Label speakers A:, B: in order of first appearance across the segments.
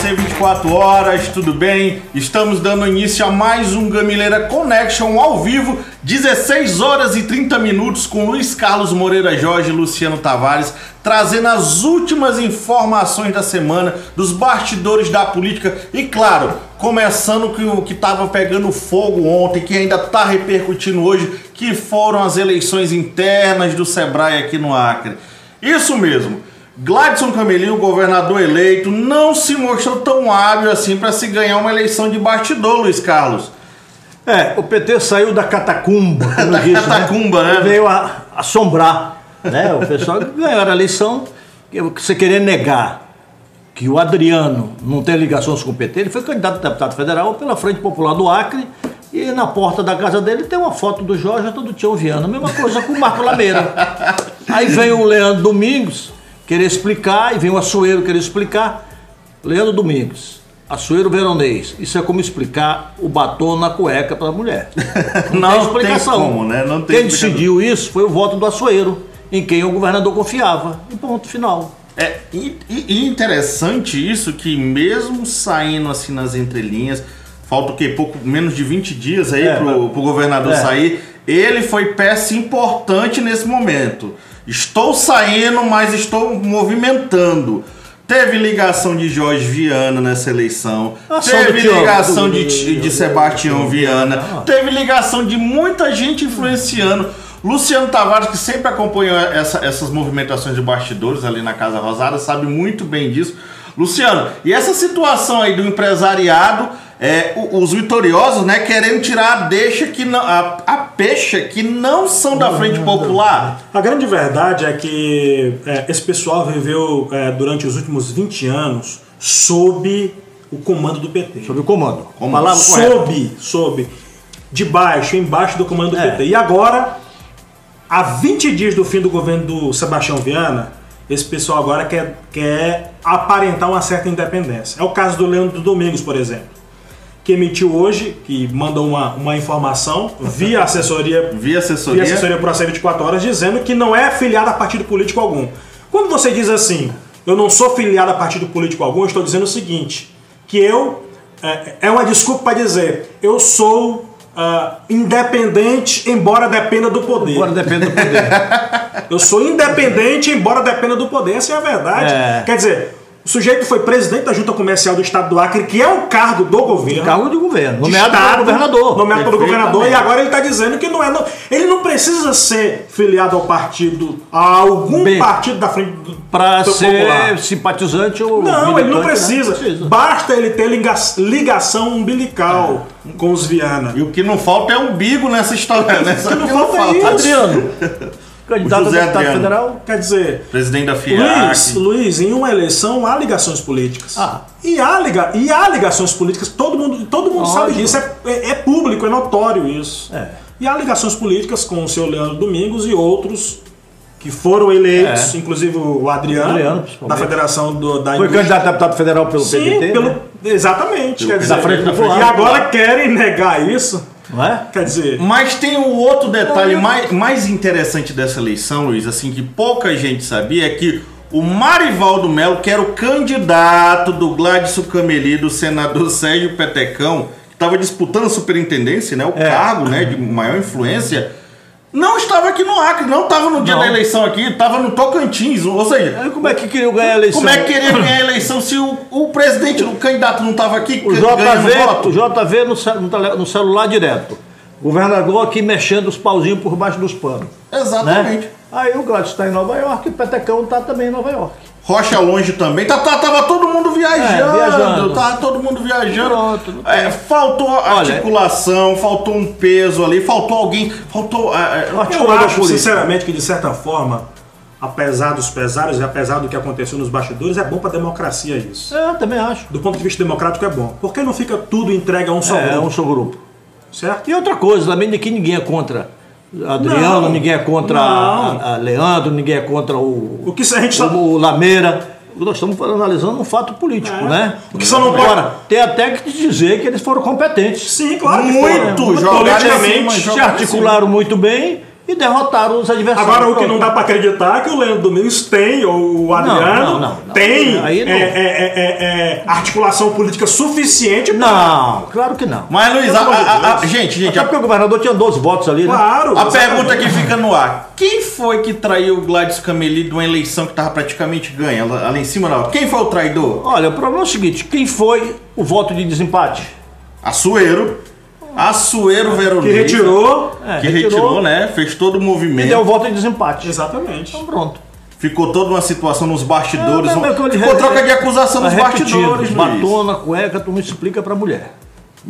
A: 24 horas, tudo bem? Estamos dando início a mais um Gamileira Connection ao vivo, 16 horas e 30 minutos com Luiz Carlos Moreira Jorge e Luciano Tavares, trazendo as últimas informações da semana, dos bastidores da política e, claro, começando com o que estava pegando fogo ontem, que ainda está repercutindo hoje, que foram as eleições internas do Sebrae aqui no Acre. Isso mesmo. Gladson Camelinho, governador eleito, não se mostrou tão hábil assim para se ganhar uma eleição de bastidor, Luiz Carlos.
B: É, o PT saiu da catacumba, como
A: Da
B: diz, né?
A: catacumba, né?
B: Veio a- assombrar, né? O pessoal que ganhou a eleição, que você querer negar que o Adriano não tem ligações com o PT, ele foi candidato a deputado federal pela Frente Popular do Acre e na porta da casa dele tem uma foto do Jorge e do Tião Viana, mesma coisa com o Marco Lameira. Aí vem o Leandro Domingos querer explicar, e vem o Açoeiro querer explicar. Leandro Domingos, Açoeiro Veronês, isso é como explicar o batom na cueca para mulher.
A: Não tem como, né? Não tem
B: Quem
A: explicação.
B: decidiu isso foi o voto do Açoeiro, em quem o governador confiava. E ponto final.
A: É e, e- e interessante isso que mesmo saindo assim nas entrelinhas, falta o quê? Pouco menos de 20 dias aí
B: É,
A: pro, pro governador
B: é.
A: sair. Ele foi peça importante nesse momento. Estou saindo, mas estou movimentando. Teve ligação de Jorge Viana nessa eleição.
B: Ah, só do
A: teve
B: Tião.
A: ligação de, Ti- de Sebastião Viana.
B: Ah.
A: Teve ligação de muita gente influenciando. Luciano Tavares, que sempre acompanhou essa- essas movimentações de bastidores ali na Casa Rosada, sabe muito bem disso. Luciano, e essa situação aí do empresariado, é, o- os vitoriosos, né, querendo tirar a deixa que não, a, a peixa que não são da frente popular?
C: A grande verdade é que é, esse pessoal viveu é, durante os últimos 20 anos sob o comando do PT.
B: Sobre o comando.
A: Comando.
B: Palavra correta.
C: Sob, sob, de baixo, embaixo do comando do
B: É.
C: PT. E agora, há 20 dias do fim do governo do Sebastião Viana, esse pessoal agora quer, quer aparentar uma certa independência. É o caso do Leandro Domingos, por exemplo, que emitiu hoje, que mandou uma, uma informação via assessoria
A: Via
C: e
A: assessoria.
C: a assessoria por Açaí 24 horas dizendo que não é filiado a partido político algum. Quando você diz assim, eu não sou filiado a partido político algum, eu estou dizendo o seguinte, que eu é, é uma desculpa para dizer, eu sou ah, independente, embora dependa do poder.
B: Agora depende do poder.
C: Eu sou independente, embora dependa do poder, essa é a verdade.
B: É.
C: Quer dizer, o sujeito foi presidente da Junta Comercial do Estado do Acre, que é um cargo do governo
B: Cargo de governo.
C: de
B: Nomeado pelo
C: Estado, é
B: governador.
C: Nomeado pelo governador, e
A: Perfeitamente.
C: agora ele está dizendo que não é. não- ele não precisa ser filiado ao partido, a algum
B: Bem,
C: partido da frente do
B: Para
C: do
B: ser
C: popular.
B: simpatizante ou.
C: Não, ele não
B: militante, né?
C: precisa. Basta ele ter liga- ligação umbilical com os Viana.
A: E o que não falta é umbigo nessa história. né? Nessa
C: que não falta é isso.
B: Adriano,
A: O
B: candidato a
A: José
B: deputado
A: Adriano.
B: federal.
C: Quer dizer,
A: Presidente da FIAC.
C: Luiz, Luiz, em uma eleição há ligações políticas.
B: Ah.
C: E, há liga, e há ligações políticas, todo mundo, todo mundo
B: Lógico.
C: sabe disso, é, é- é público, é notório isso.
B: É.
C: E há ligações políticas com o seu Leandro Domingos e outros que foram eleitos,
B: É.
C: inclusive o Adriano,
B: Adriano, principalmente.
C: da Federação do, da
B: Foi
C: Indústria.
B: candidato a deputado federal pelo
C: Sim,
B: PDT. né?
C: pelo, exatamente. quer dizer,
A: da frente da
C: e
A: frente.
C: agora querem negar isso?
B: Não é?
C: Quer dizer,
A: Mas tem um outro detalhe mais, mais interessante dessa eleição, Luiz, assim, que pouca gente sabia, é que o Marivaldo Melo, que era o candidato do Gladson Cameli, do senador Sérgio Petecão, que estava disputando a superintendência, né, o
B: É.
A: cargo né, de maior influência, não estava aqui no Acre, não estava no dia
B: Não.
A: da eleição aqui, estava no Tocantins, ou seja...
B: Aí Como é que queria ganhar a eleição?
A: Como é que queria ganhar a eleição se o, o presidente, o candidato não estava aqui
B: O
A: gan- um
B: JV, o JV no, ce- no tele- no celular direto. Governador aqui mexendo os pauzinhos por baixo dos panos.
A: Exatamente.
B: Né? Aí o Gladys está em Nova York e o Petecão está também em Nova York.
A: Rocha longe também. Tá, tá- tava todo mundo viajando.
B: É, viajando.
A: Tava todo mundo viajando.
B: Pronto.
A: É, faltou articulação, faltou um peso ali, faltou alguém. Faltou. é, é,
C: Eu
B: Articulador
C: acho,
B: político.
C: sinceramente, que de certa forma, apesar dos pesares e apesar do que aconteceu nos bastidores, é bom para a democracia isso.
B: É, eu também acho.
C: Do ponto de vista democrático é bom. Porque não fica tudo entregue a um só
B: É,
C: grupo,
B: um só grupo.
C: certo?
B: E outra coisa também de que ninguém é contra Adriano,
C: Não.
B: ninguém é contra
C: Não.
B: a- a Leandro, ninguém é contra o,
C: O que a gente tá só-
B: o Lameira. Nós estamos analisando um fato político,
C: É.
B: né?
C: O que só não pode-
B: Agora, tem até que dizer que eles foram competentes.
C: Sim, claro que
A: Muito
C: foram.
A: jogaram em
C: Politicamente,
A: cima, jogaram em
B: Se
A: cima.
B: articularam muito bem e derrotaram os adversários.
C: Agora, o que não dá para acreditar é que o Leandro Domingos tem, ou o Adriano,
B: não, não, não.
C: tem
B: Aí não.
C: é, é, é, é, é, articulação política suficiente pra-
B: Não, claro que não.
A: Mas, Luiz, a,
C: Pelo amor de
A: a- a-
C: Deus. Tá
A: gente, gente,
B: Até
A: a,
B: porque o governador tinha 12 votos ali, né?
C: Claro.
A: a
C: exatamente.
A: pergunta que fica no ar: quem foi que traiu o Gladys Cameli de uma eleição que tava praticamente ganha? Lá, lá em cima, não. Quem foi o traidor?
B: Olha, o problema é o seguinte: quem foi o voto de desempate?
A: Açoeiro. Açoeiro Veronese.
C: Ah, Que retirou. é
B: É,
A: que retirou, né? Fez todo o
B: E
A: movimento.
B: deu o voto de desempate.
C: Exatamente.
B: Então, pronto.
A: Ficou toda uma situação nos bastidores.
B: É, mas como ele
A: ficou
B: re-
A: troca de acusação
B: Tá
A: nos bastidores,
B: repetido.
A: Luiz.
B: Batona, cueca, tu não explica pra mulher.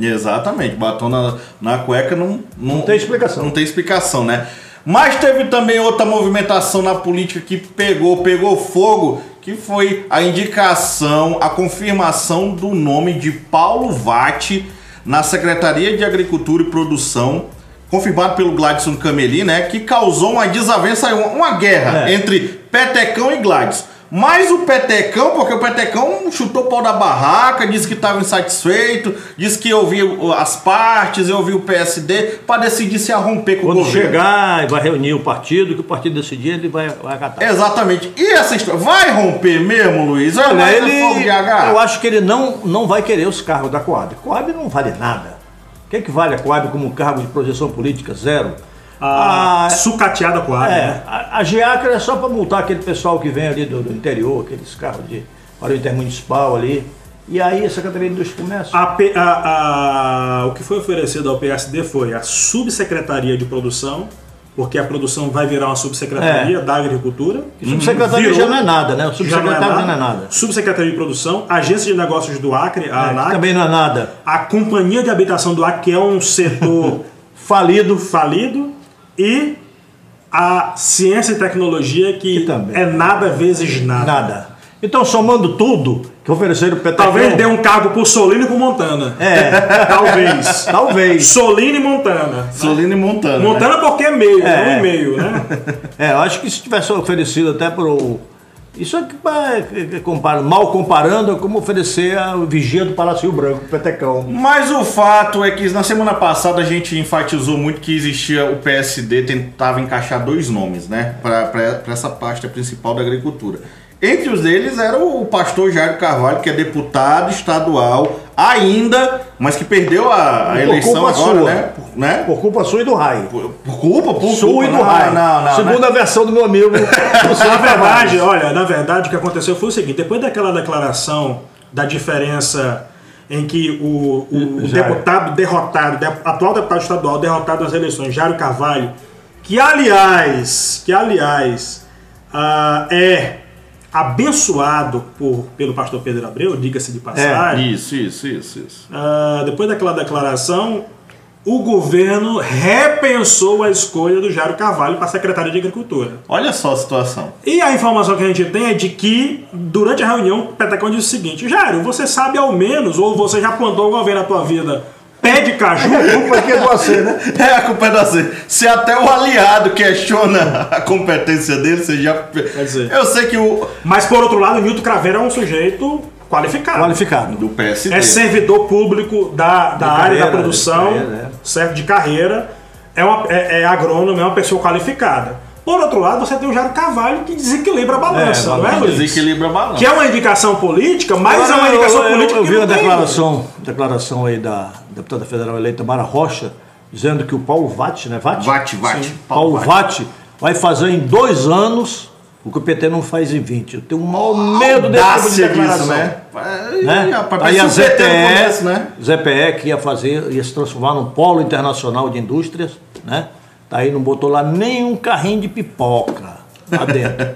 A: Exatamente, batom na, na cueca não, não,
B: tem explicação.
A: Não tem explicação, né? Mas teve também outra movimentação na política que pegou, pegou fogo, que foi a indicação, a confirmação do nome de Paulo Vatti na Secretaria de Agricultura e Produção, confirmado pelo Gladson Cameli, né? Que causou uma desavença, uma, uma guerra
B: É.
A: entre Petecão e Gladys. Mas o Petecão, porque o Petecão chutou o pau da barraca, disse que estava insatisfeito, disse que ouviu as partes, eu ouvi o PSD, para decidir se arromper com o
B: Quando
A: governo.
B: chegar, vai reunir o partido, que o partido decidir, ele vai, vai
A: É,
B: acatar.
A: Exatamente. E essa história? Vai romper mesmo, Luiz? Olha,
B: Olha,
A: ele... fogo
B: ele,
A: de H.
B: eu acho que ele não, não vai querer os cargos da Coab. Coab não vale nada. O que, é que vale a Coab como cargo de projeção política? Zero.
C: A
A: Ah.
B: A,
C: sucateada com a água, né?
B: Ah, é, a, a GEACRA é só para multar aquele pessoal que vem ali do, do interior, aqueles carros de para o intermunicipal ali. E aí a Secretaria de Indústria
A: Ah,
B: e Comércio.
C: A P- a- a- o que foi oferecido ao PSD foi a subsecretaria de produção, porque a produção vai virar uma subsecretaria da agricultura.
B: E É. subsecretaria
C: Virou.
B: já não é nada, né? O
C: Já
B: subsecretário já não é nada.
C: Subsecretaria de produção, agência de negócios do Acre, a ANAC,
B: Também não é nada.
C: a companhia de habitação do Acre, que é um setor
B: Falido.
C: falido, e a ciência e tecnologia que,
B: Que também.
C: é nada vezes nada.
B: Nada. Então, somando tudo que ofereceram o Petecão...
C: Talvez dê um cargo pro Solino e pro Montana.
B: É,
C: Talvez.
B: talvez.
C: Solino e Montana.
A: Solino e Montana. né?
C: Montana porque é meio,
B: É.
C: é um e meio, né?
B: É, eu acho que se tivesse oferecido até pro... Isso é que é, é, compara- mal comparando é como oferecer a vigia do Palácio Rio Branco, o Petecão.
A: Mas o fato é que na semana passada a gente enfatizou muito que existia o PSD tentava encaixar dois nomes, né, para essa pasta principal da agricultura. Entre os deles era o pastor Jairo Carvalho, que é deputado estadual ainda, mas que perdeu a, a
B: Por
A: eleição
B: culpa
A: agora,
B: sua.
A: né? Por, né?
B: Por culpa sua e do Rai.
A: Por, por culpa, por
B: Sua
A: culpa.
B: e do
A: não,
B: Rai.
A: não, não,
B: Segundo
A: né?
B: a versão do meu amigo.
C: na
B: Na
C: verdade, olha, na verdade o que aconteceu foi o seguinte, depois daquela declaração da diferença em que o, o- o
B: Jairo.
C: deputado derrotado, de- atual deputado estadual derrotado nas eleições, Jário Carvalho, que aliás, que aliás, ah, é abençoado por, pelo pastor Pedro Abreu, diga-se de passagem,
A: né? Isso, isso, isso, isso.
C: Ah, depois daquela declaração, o governo repensou a escolha do Jairo Carvalho para secretário de Agricultura.
A: Olha só a situação.
C: E a informação que a gente tem é de que, durante a reunião, o Petecão disse o seguinte: Jairo, você sabe ao menos, ou você já plantou alguma vez na tua vida pé de caju?
B: Culpa que é você, né?
A: É a culpa é da C. Se até o aliado questiona a competência dele, você já.
C: dizer.
A: Eu sei que o.
C: Mas, por outro lado, o Nilton Craveiro é um sujeito qualificado.
B: Qualificado.
A: Do PSD.
C: É servidor público da, da
B: De
C: área
B: carreira,
C: da produção,
B: de carreira, é.
C: certo? De carreira, é, uma, é, é agrônomo, é uma pessoa qualificada. Por outro lado, você tem o Jairo Carvalho que desequilibra a
B: É,
C: balança, não é,
B: balança
C: Luiz?
A: Desequilibra a balança.
C: Que é uma indicação política, mas é uma
B: Agora,
C: indicação
B: eu- eu-
C: política
B: Eu,
C: que
B: vi
C: não
B: a
C: tem.
B: declaração, declaração aí da deputada federal eleita Mara Rocha, dizendo que o Paulo Vatti, né? Vatti?
A: Vate, vate.
C: Sim.
B: Paulo Vatti vai fazer em dois anos o que o PT não faz em 20. Eu tenho o maior medo desse tipo de
A: Audácia disso,
B: declaração.
A: né?
B: né?
A: Ih, rapaz, parece
B: Aí a
A: um que o PT não
B: ZPE,
A: conhece, né?
B: ZPE que ia fazer, ia se transformar num polo internacional de indústrias, né? Aí não botou lá nenhum carrinho de pipoca lá dentro.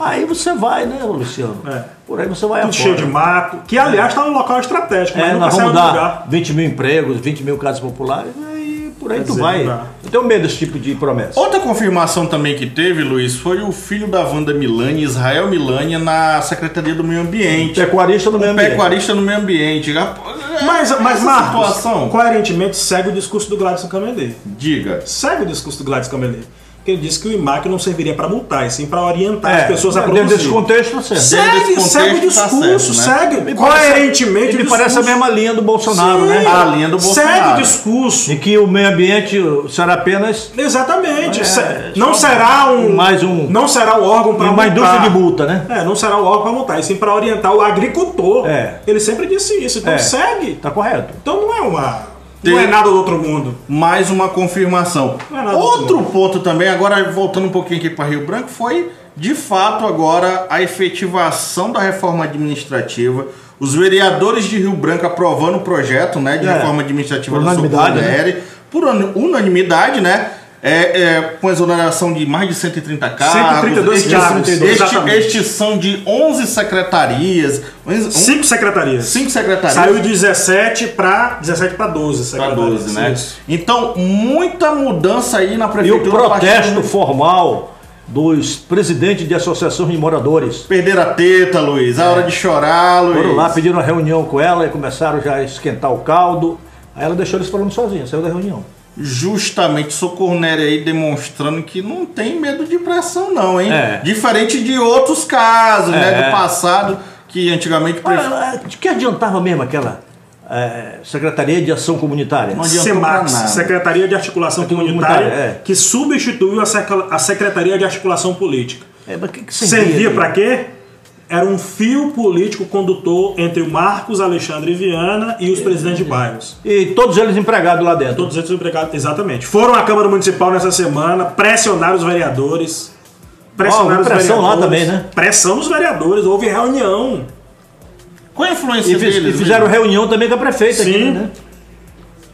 B: aí você vai, né, Luciano?
C: É.
B: Por aí você vai
C: Tudo cheio de mato, que aliás está num local estratégico, mas
B: É,
C: nunca
B: nós
C: saiu
B: vamos
C: do lugar.
B: dar 20 mil empregos, 20 mil casas populares, aí por aí
C: Quer
B: tu
C: dizer,
B: vai.
C: não dá.
B: Eu tenho medo desse tipo de promessa.
A: Outra confirmação também que teve, Luiz, foi o filho da Wanda Milani, Israel Milani, na Secretaria do Meio Ambiente.
B: Pecuarista no meio ambiente.
A: Pecuarista no meio ambiente. Rapaz, é.
C: Mas, mas
A: essa
C: Marcos,
A: situação,
C: coerentemente segue o discurso do Gladson Camelê.
A: diga.
C: Segue o discurso do Gladys Camelê. que ele disse que o IMAC não serviria para multar, e sim para orientar as pessoas a
B: É, dentro
C: produzir.
B: desse contexto, tá certo.
A: Dentro
C: Segue,
A: desse
C: segue o
A: contexto, tá
C: discurso,
A: certo, né?
C: segue
B: Me parece-
C: coerentemente
B: Ele
C: o
B: parece a
C: é discurso.
B: mesma linha do Bolsonaro,
C: Sim,
B: né?
A: A linha do
C: Segue
A: Bolsonaro.
C: o discurso.
B: E que o meio ambiente será apenas
C: Exatamente.
B: É,
C: Se- não
B: só
C: será um,
B: mais um-
C: Não será o órgão para
B: uma indústria de multa, né?
C: É, não será o órgão para montar, e sim para orientar o agricultor.
B: É.
C: Ele sempre disse isso. Então
B: É.
C: segue.
B: Tá correto.
C: Então não é uma.
A: Tem-
C: Não é nada do outro mundo.
A: Mais uma confirmação.
C: Não é nada
A: Outro
C: do
A: ponto também, agora voltando um pouquinho aqui para Rio Branco, foi de fato agora a efetivação da reforma administrativa. Os vereadores de Rio Branco aprovando o projeto né, de
B: É.
A: reforma administrativa
B: Por
A: da
B: unanimidade,
C: né?
A: Socorro por un- unanimidade, né? É, é, com exoneração de mais de 130 cargos,
C: 132 cargos,
A: exti-
C: exatamente.
A: extinção de 11 secretarias, 11
C: Cinco secretarias.
A: cinco secretarias.
C: Saiu de 17 para 17 para 12
A: Pra
C: secretarias.
A: 12, né?
C: Isso.
A: Então, muita mudança aí na
B: E
A: prefeitura.
B: o protesto formal dos presidentes de associações de moradores.
A: Perder a teta, Luiz. A hora de chorar, Luiz.
B: É. Foram lá, pediram uma reunião com ela e começaram já a esquentar o caldo. Aí ela deixou eles falando sozinha, saiu da reunião.
A: Justamente Socorro Nery aí demonstrando que não tem medo de pressão, não, hein?
B: É.
A: Diferente de outros casos, né?
B: É.
A: Do passado, que antigamente.
B: Olha,
A: prefe-
B: ela- De que adiantava mesmo aquela eh, Secretaria de Ação Comunitária?
A: Não adianta. adiantou
C: SEMAX,
A: pra nada.
C: Secretaria de Articulação
B: Comunitária,
C: Comunitária,
B: é.
C: que substituiu a seca- a Secretaria de Articulação Política.
B: É, mas que que
C: Servia
B: né?
C: para quê? Era um fio político condutor entre o Marcos Alexandre Viana e os presidentes de bairros.
B: E todos eles empregados lá dentro.
C: Todos eles empregados, exatamente. Foram à Câmara Municipal nessa semana, pressionaram os vereadores.
B: Ó, houve pressão lá também, né?
C: Pressão dos vereadores, houve reunião.
A: Qual é a influência
B: E, fiz-
A: deles?
B: e
A: Luiz?
B: fizeram reunião também com a prefeita aqui,
C: né? Sim.
B: né?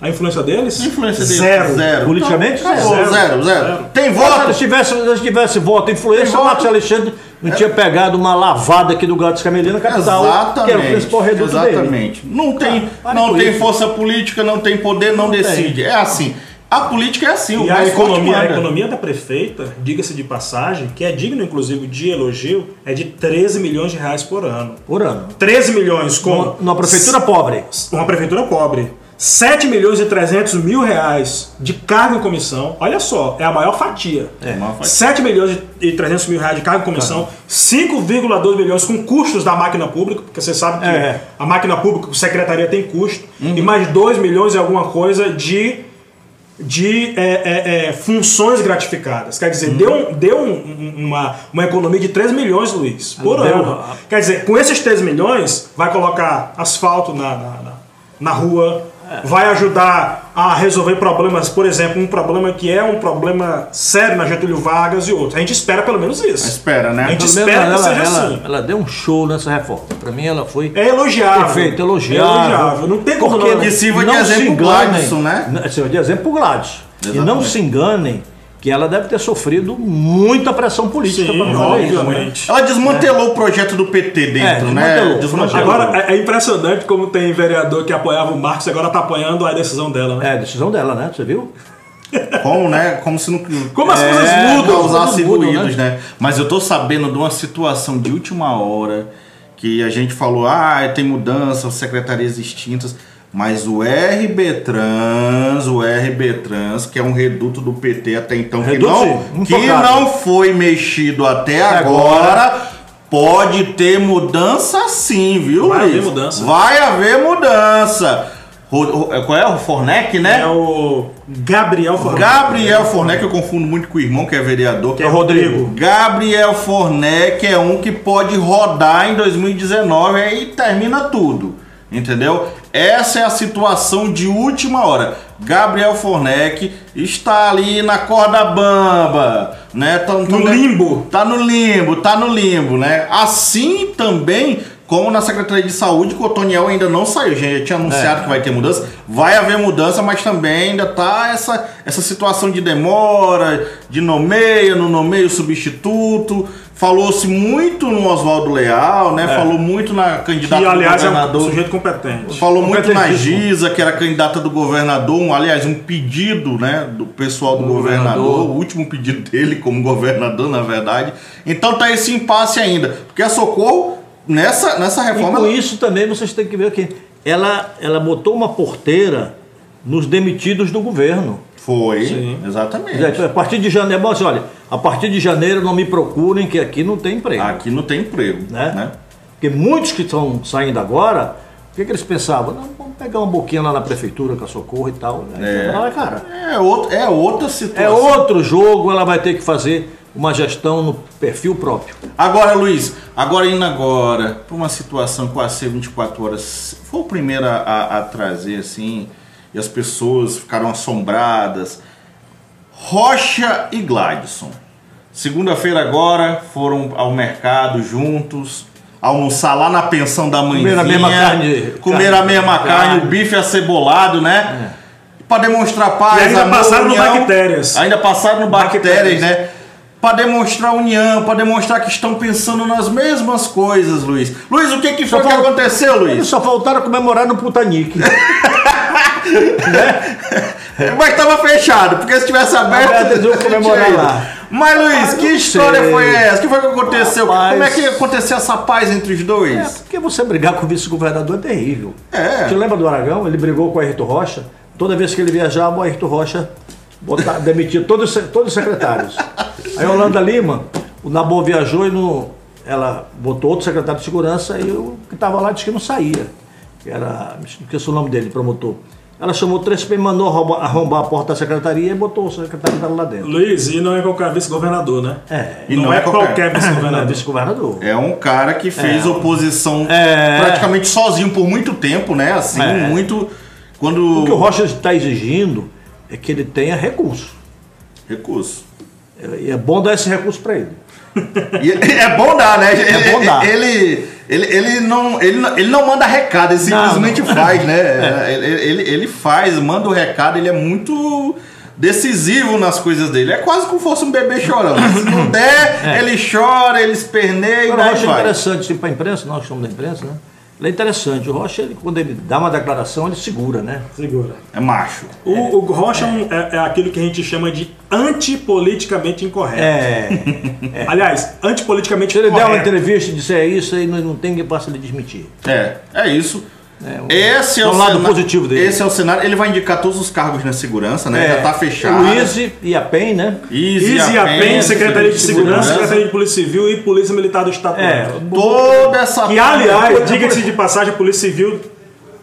C: A influência deles?
A: é A influência deles?
C: Zero.
A: Zero.
B: Politicamente,
A: Então,
B: zero.
A: acabou, zero. Zero,
C: Zero.
A: Tem
B: Se
A: voto?
B: eles tivessem, eles tivessem voto e influência,
A: Tem
B: o Marcos
A: voto. É.
B: Alexandre não tinha pegado uma lavada aqui do Gato Escamelino na capital,
A: Exatamente.
B: que era o principal reduto dele.
A: exatamente. Não tem,
B: para
A: não
B: com
A: tem
B: isso.
A: força política, não tem poder, não, decide. É assim. A política é assim, o
C: E a
A: mais
C: economia, a
A: forte manda.
C: economia da prefeita, diga-se de passagem, que é digno inclusive de elogio, é de 13 milhões de reais por ano.
B: Por ano.
C: 13 milhões com
B: Numa prefeitura pobre.
C: uma prefeitura pobre. 7 milhões e 300 mil reais de cargo e comissão. Olha só, é a maior fatia.
A: É uma fatia.
C: 7 milhões e 300 mil reais de cargo e comissão. 5,2 milhões com custos da máquina pública, porque você sabe que
B: É.
C: a máquina pública, a secretaria tem custo. E mais 2 milhões e alguma coisa de, de é, é, é, funções gratificadas. Quer dizer, deu, um- deu um- um- uma, uma economia de 3 milhões, Luiz, por
B: Deu.
C: ano. Quer dizer, com esses 3 milhões, vai colocar asfalto na, na, na- na rua,
B: É.
C: vai ajudar a resolver problemas, por exemplo, um problema que é um problema sério na Getúlio Vargas e outro. A gente espera pelo menos isso.
A: Espera, né?
C: A gente
B: Pelo menos
C: espera que
B: ela,
C: seja
B: ela-
C: assim.
B: ela deu um show nessa reforma. Pra mim, ela foi
C: É elogiável.
B: perfeita,
C: É
B: elogiável.
C: elogiável. Não tem como
B: Porque
C: não.
A: que sirva de
B: não
A: exemplo
B: se
A: pro
B: enganem.
A: Gladson, né?
B: Não, Sirva de exemplo pro Gladys. E não
A: Exatamente.
B: se enganem que ela deve ter sofrido muita pressão política
C: Sim,
B: para fazer isso. né?
C: obviamente.
A: Ela desmantelou o projeto do PT dentro,
B: É,
A: né?
B: desmantelou.
A: Desmantelou.
C: Agora, é, é impressionante como tem vereador que apoiava o Marcos e agora tá apoiando a decisão dela, né?
B: É, decisão dela, né? Você viu?
A: Como, né? Como se não.
C: Como as
A: É,
C: coisas mudam.
A: Causasse
B: mudam,
A: ruídos, né? Mas eu tô sabendo de uma situação de última hora que a gente falou, ah, tem mudança, secretarias extintas. Mas o RB Trans, o RB Trans, que é um reduto do PT até então, que
B: Reduto,
A: não,
B: sim,
A: que
B: intocável.
A: não foi mexido até
B: agora.
A: agora, pode ter mudança sim, viu,
C: Vai haver
A: Luiz?
C: mudança.
A: Vai haver mudança. Ro- ro- Qual é o Fornec, né?
C: É o Gabriel Fornari.
A: Gabriel Fornec, eu confundo muito com o irmão, que é vereador.
C: Que é Rodrigo.
A: Gabriel Fornec é um que pode rodar em 2019 aí termina tudo. Entendeu? Essa é a situação de última hora. Gabriel Fornec está ali na corda bamba, né? Tá, tá-
C: No limbo.
A: Tá no limbo, tá no limbo, né? Assim também como na Secretaria de Saúde, que o Otoniel ainda não saiu, gente. Já tinha
C: É.
A: anunciado que vai ter mudança. Vai haver mudança, mas também ainda tá essa, essa situação de demora, de nomeia, não nomeia o substituto. Falou-se muito no Oswaldo Leal, né? Falou muito na candidata
C: É. Que, aliás,
A: do
C: é um
A: governador.
C: sujeito competente.
B: Um
A: Falou muito na
B: Competentíssimo.
A: Giza, que era candidata do governador, um, aliás, um pedido né, do pessoal do,
B: Do
A: governador,
B: governador.
A: o último pedido dele como governador, na verdade. Então tá esse impasse ainda. Porque a Socorro, nessa, nessa
B: E
A: reforma.
B: com isso também vocês têm que ver que ela, ela botou uma porteira nos demitidos do governo.
A: Foi,
C: Sim.
A: exatamente.
B: A partir de janeiro, bom, assim, olha, a partir de janeiro não me procurem, que aqui não tem emprego.
A: Aqui não tem emprego,
B: né?
A: né?
B: Porque muitos que estão saindo agora, o que, que eles pensavam? Não, vamos pegar uma boquinha lá na prefeitura com a socorro e tal. Aí você fala, "Ah, cara,
A: É, outro, é outra situação.
B: é outro jogo, ela vai ter que fazer uma gestão no perfil próprio.
A: Agora, Luiz, agora indo agora para uma situação que o AC 24 Horas foi o primeiro a, a- a trazer, assim, e as pessoas ficaram assombradas. Rocha e Gladson. Segunda-feira agora foram ao mercado juntos, almoçar lá na pensão da mãezinha.
B: Comer a mesma carne-
A: Comer a
B: carne-
A: mesma carne,
B: carne.
A: o bife acebolado, né? Para demonstrar paz,
C: E ainda
A: amor,
C: passaram no
A: união.
C: Bactérias.
A: Ainda passaram no Bactérias,
C: Bactérias.
A: né? Pra demonstrar união, pra demonstrar que estão pensando nas mesmas coisas, Luiz. Luiz, o que, que foi que
B: fal-
A: aconteceu,
B: Eles
A: Luiz?
B: só voltaram a comemorar no Putanic.
A: Mas tava fechado, porque se tivesse aberto.
B: Aberto, eles iam
A: É. a gente
B: comemorar
A: ia.
B: lá.
A: Mas, Luiz,
B: Ah,
A: que
B: não
A: história
B: sei.
A: foi essa? O que foi que aconteceu?
B: Rapaz.
A: Como é que aconteceu essa paz entre os
B: É,
A: dois?
B: porque você brigar com o vice-governador é terrível.
A: É.
B: Você lembra do Aragão? Ele brigou com o Ayrton Rocha. Toda vez que ele viajava, o Ayrton Rocha botava, demitia todos, os- todos os secretários. Aí a Holanda Lima, o Nabor viajou e não, ela botou outro secretário de segurança e o que estava lá disse que não saía. Que era, me esqueci o nome dele, promotor. Ela chamou três e mandou arrombar, arrombar a porta da secretaria e botou o secretário dela lá dentro.
C: Luiz, e não é qualquer vice-governador, né?
B: É.
A: E não é qualquer.
B: Não,
C: vice-governador.
B: vice-governador.
A: É um cara que fez oposição
B: É.
A: praticamente sozinho por muito tempo, né? Assim,
B: É.
A: muito.
B: O que o
A: Quando.
B: Rocha está exigindo é que ele tenha recurso.
A: Recurso.
B: E é bom dar esse recurso para ele.
A: E é bom dar, né?
B: É bom dar.
A: Ele, ele, ele, não, ele, não- ele não manda recado, ele
B: Não,
A: simplesmente faz, né? Ele, ele, ele faz, manda o recado, ele é muito decisivo nas coisas dele. É quase como fosse um bebê chorando. Se não der,
B: É.
A: ele chora, ele esperneia e
B: Agora, o
A: daí
B: Rocha é
A: vai.
B: interessante, tipo, para a imprensa, nós somos da imprensa, né? Ele é interessante. O Rocha, ele, quando ele dá uma declaração, ele segura, né?
C: Segura.
A: É macho.
C: O, o Rocha é, um- é- é aquilo que a gente chama de antipoliticamente incorreto.
B: É.
C: Aliás, antipoliticamente
B: Se ele der
C: correto.
B: uma entrevista e disser isso, aí não, não tem quem possa lhe desmentir.
A: É, é isso.
B: É, o-
A: Esse é,
B: é
A: o
B: o lado
A: cena-
B: positivo dele. É.
A: Esse é o cenário. Ele vai indicar todos os cargos na segurança, né? Já tá fechado.
B: O Easy e a PEN, né?
A: Easy,
C: Easy
A: a Pen,
C: Apen, Secretaria de Segurança, Secretaria de Polícia Civil e Polícia Militar do Estado.
B: É.
A: Toda essa
C: Que, aliás, diga-se de passagem, a Polícia Civil,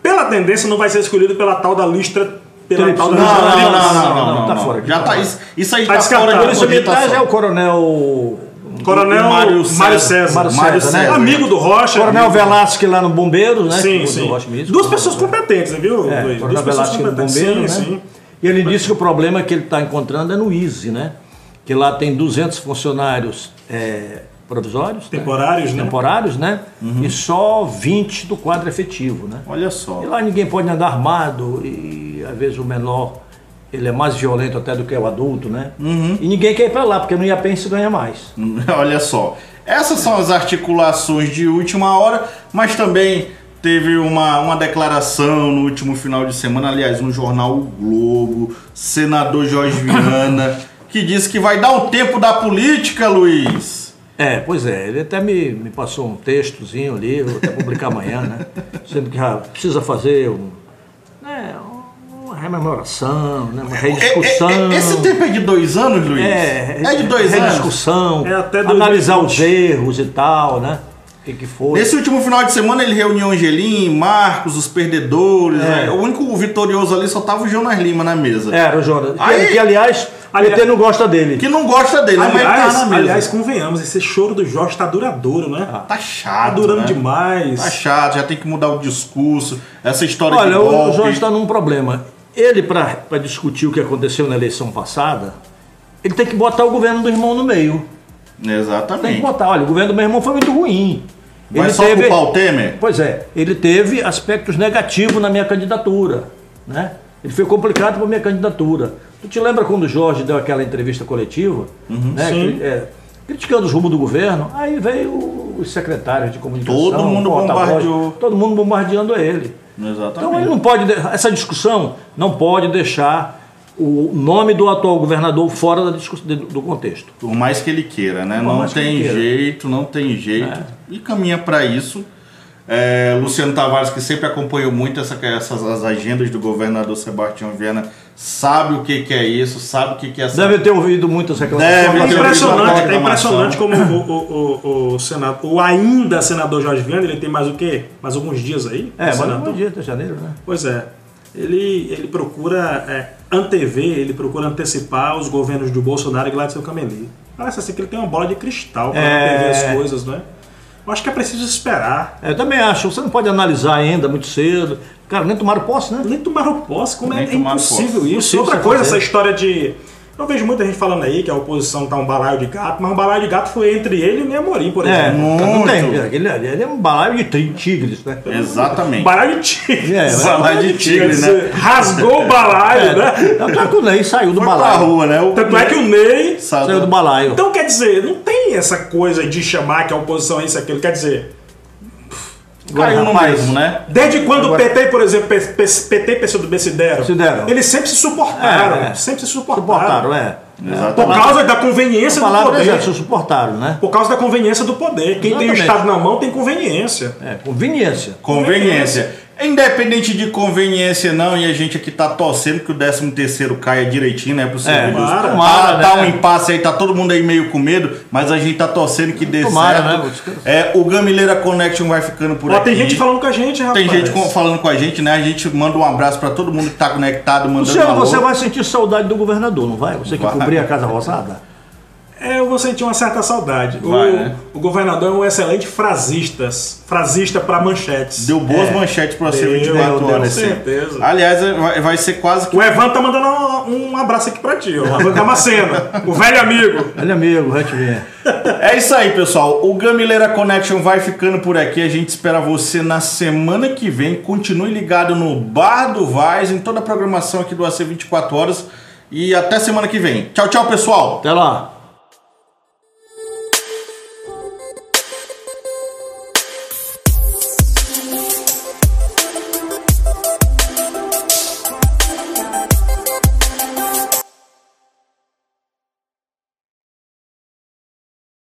C: pela tendência, não vai ser escolhida pela tal da listra. Pela
B: Trips.
C: tal
B: Não,
C: da
A: Não,
C: lista
A: não, não,
C: Trips.
A: não, não, não,
B: Não, tá
A: não.
B: fora.
A: Já tá, isso, isso aí
C: Tá
A: tá, fora de
C: descartado.
B: Polícia Militar já é
A: cogitação.
B: o coronel.
C: Coronel
A: O Mário
C: Mário
A: César.
C: César.
B: Mário
A: Mário
B: César, né?
A: César.
C: Amigo do Rocha.
B: Coronel Velasque lá no Bombeiro, né? Que
C: Sim,
B: o
C: sim.
B: Rocha mesmo.
C: Duas pessoas competentes, viu,
B: É, Coronel
C: Luiz? Duas pessoas
B: Velasco no
C: competentes.
B: bombeiro, né?
C: sim, sim.
B: E ele disse que o problema que ele está encontrando é no Easy, né? Que lá tem 200 funcionários é, provisórios. né?
C: Temporários, Uhum. né?
B: Temporários, né? E só 20 do quadro efetivo, né?
A: Olha só.
B: E lá ninguém pode andar armado e às vezes o menor ele é mais violento até do que o adulto, né?
C: Uhum.
B: E ninguém quer ir pra lá, porque no IAPEN se ganha mais.
A: Olha só. Essas são as articulações de última hora, mas também teve uma, uma declaração no último final de semana, aliás, no jornal o Globo, senador Jorge Viana, que disse que vai dar um tempo da política, Luiz.
B: É, pois é, ele até me, me passou um textozinho ali, eu vou até publicar amanhã, né? Sendo que já precisa fazer um, né, uma rememoração, né, uma rediscussão.
A: É- é- é- esse tempo é de dois anos, Luiz?
B: é,
A: de dois anos.
B: rediscussão,
C: É até
B: analisar os erros e tal, né? O que, que foi.
A: Nesse último final de semana ele reuniu Angelim, Marcos, os perdedores. né? O único vitorioso ali só tava o Jonas Lima na mesa.
B: Era É, o Jonas. Que,
A: Aí-
B: que, aliás, o
C: Aliás-
B: PT não gosta dele.
A: Que não gosta dele, né? mas tá na
C: Aliás,
A: mesa.
C: aliás, convenhamos, esse choro do Jorge tá duradouro, né?
A: tá
C: Tá
A: chato.
C: durando
A: né?
C: demais.
A: Tá chato, já tem que mudar o discurso. Essa história de
B: Olha, o
A: golpe.
B: Jorge tá- está num problema. Ele, para discutir o que aconteceu na eleição passada, ele tem que botar o governo do irmão no meio. Tem que
A: Exatamente.
B: botar. Olha, o governo do meu irmão foi muito ruim.
A: Vai só culpar o Temer?
B: Pois é, ele teve aspectos negativos na minha candidatura, né? Ele foi complicado para minha candidatura. Tu te lembra quando o Jorge deu aquela entrevista coletiva,
A: Uhum.
B: né?
C: Sim.
B: Cri- é, criticando os rumos do governo, aí veio os secretários de comunicação,
A: Todo mundo
B: porta-voz,
A: bombardeou.
B: todo mundo bombardeando ele.
A: Exatamente.
B: Então ele não pode. de- Essa discussão não pode deixar o nome do atual governador fora da discuss- de- do contexto.
A: Por mais que ele queira, né?
B: Por
A: não
B: mais que
A: tem
B: ele queira.
A: jeito, não tem jeito. E caminha pra isso. É, Luciano Tavares, que sempre acompanhou muito essa, essas as agendas do governador Sebastião Viana, sabe o que, que é isso, sabe o que, que é essa.
B: Deve ter ouvido muitas reclamações.
A: Deve
C: É
A: ter ouvido
C: impressionante,
A: aquela
C: é impressionante
A: reclamação.
C: como o, o, o, o senado, o ainda senador Jorge Viana, ele tem mais o quê? Mais alguns dias aí?
B: É, mas
C: senador?
B: não adianta, janeiro, né?
C: Pois é. Ele, ele procura é, antever, ele procura antecipar os governos do Bolsonaro e Gladys Cameli. Parece assim que ele tem uma bola de cristal para
B: É.
C: antever as coisas, não é? Eu acho que é preciso esperar.
B: É, Eu também acho, você não pode analisar ainda muito cedo. Cara, nem tomaram posse, né?
C: Nem tomaram posse, como é,
A: Nem
C: é
A: tomaram
C: impossível
A: posse.
C: isso.
B: Impossível
C: Outra
B: você
C: coisa,
B: fazer.
C: essa história de. Eu vejo muita gente falando aí que a oposição tá um balaio de gato, mas um balaio de gato foi entre ele e o Ney Amorim, por
B: É,
C: exemplo.
B: não não
A: muito.
B: tem. Ele, ele é um balaio de tri- tigres, né?
A: Exatamente.
C: Um Balaio de tigre.
B: É,
A: balaio de tigre, né?
C: Rasgou o balaio, né?
B: Tanto é que o Ney saiu do
A: Foi pra
B: balaio.
A: rua, né? O...
C: Tanto é que o Ney
A: Saiu
B: Saiu do balaio.
C: Então, quer dizer, não tem essa coisa de chamar que a oposição é isso, aquilo. Quer dizer,
A: Caiu no
B: Rapaz,
A: mesmo, né?
C: desde quando
B: Agora-
C: o PT, por exemplo, P- P- PT e PCdoB se deram,
B: Se deram.
C: eles sempre se suportaram.
B: É, é.
C: Sempre se
B: Suportaram,
C: suportaram.
B: é.
C: Por
A: Exatamente.
C: causa da conveniência do
B: Palavra
C: poder.
B: é se suportaram, né?
C: Por causa da conveniência do poder. Quem tem o
B: Exatamente.
C: Estado na mão tem conveniência.
B: É, conveniência.
A: Conveniência. Independente de conveniência, não, e a gente aqui tá torcendo que o 13 terceiro caia direitinho, né? Pro
B: É,
A: Silvio Augusto. tá,
B: tomara,
A: tá
B: né?
A: um impasse aí, tá todo mundo aí meio com medo, mas a gente tá torcendo que dê
B: Tomara, né,
A: certo.
B: Augusto?
A: É, o Gamileira Connection vai ficando por
C: Ó,
A: aqui.
C: tem gente falando com a gente, rapaz.
A: Tem gente com- falando com a gente, né? A gente manda um abraço pra todo mundo que tá conectado, mandando
B: Luciano,
A: alô.
B: você vai sentir saudade do governador, não vai? Você que
A: Vai.
B: cobria a Casa Rosada?
C: É, eu vou sentir uma certa saudade.
A: Vai,
C: o,
A: né?
C: o governador é um excelente frasista. Frasista para manchetes.
A: Deu
B: É.
A: boas manchetes pro ser
C: Deu,
A: 24
B: deu,
A: horas.
C: com
A: assim.
C: certeza.
A: Aliás, vai, vai ser quase que.
C: O Evan tá mandando um, um abraço aqui pra ti, ó. O Evan Damasceno, o velho amigo.
B: Ele é amigo, vai te ver.
A: É isso aí, pessoal. O Gamileira Connection vai ficando por aqui. A gente espera você na semana que vem. Continue ligado no Bar do Vaz, em toda a programação aqui do AC 24 horas. E até semana que vem. Tchau, tchau, pessoal.
B: Até lá.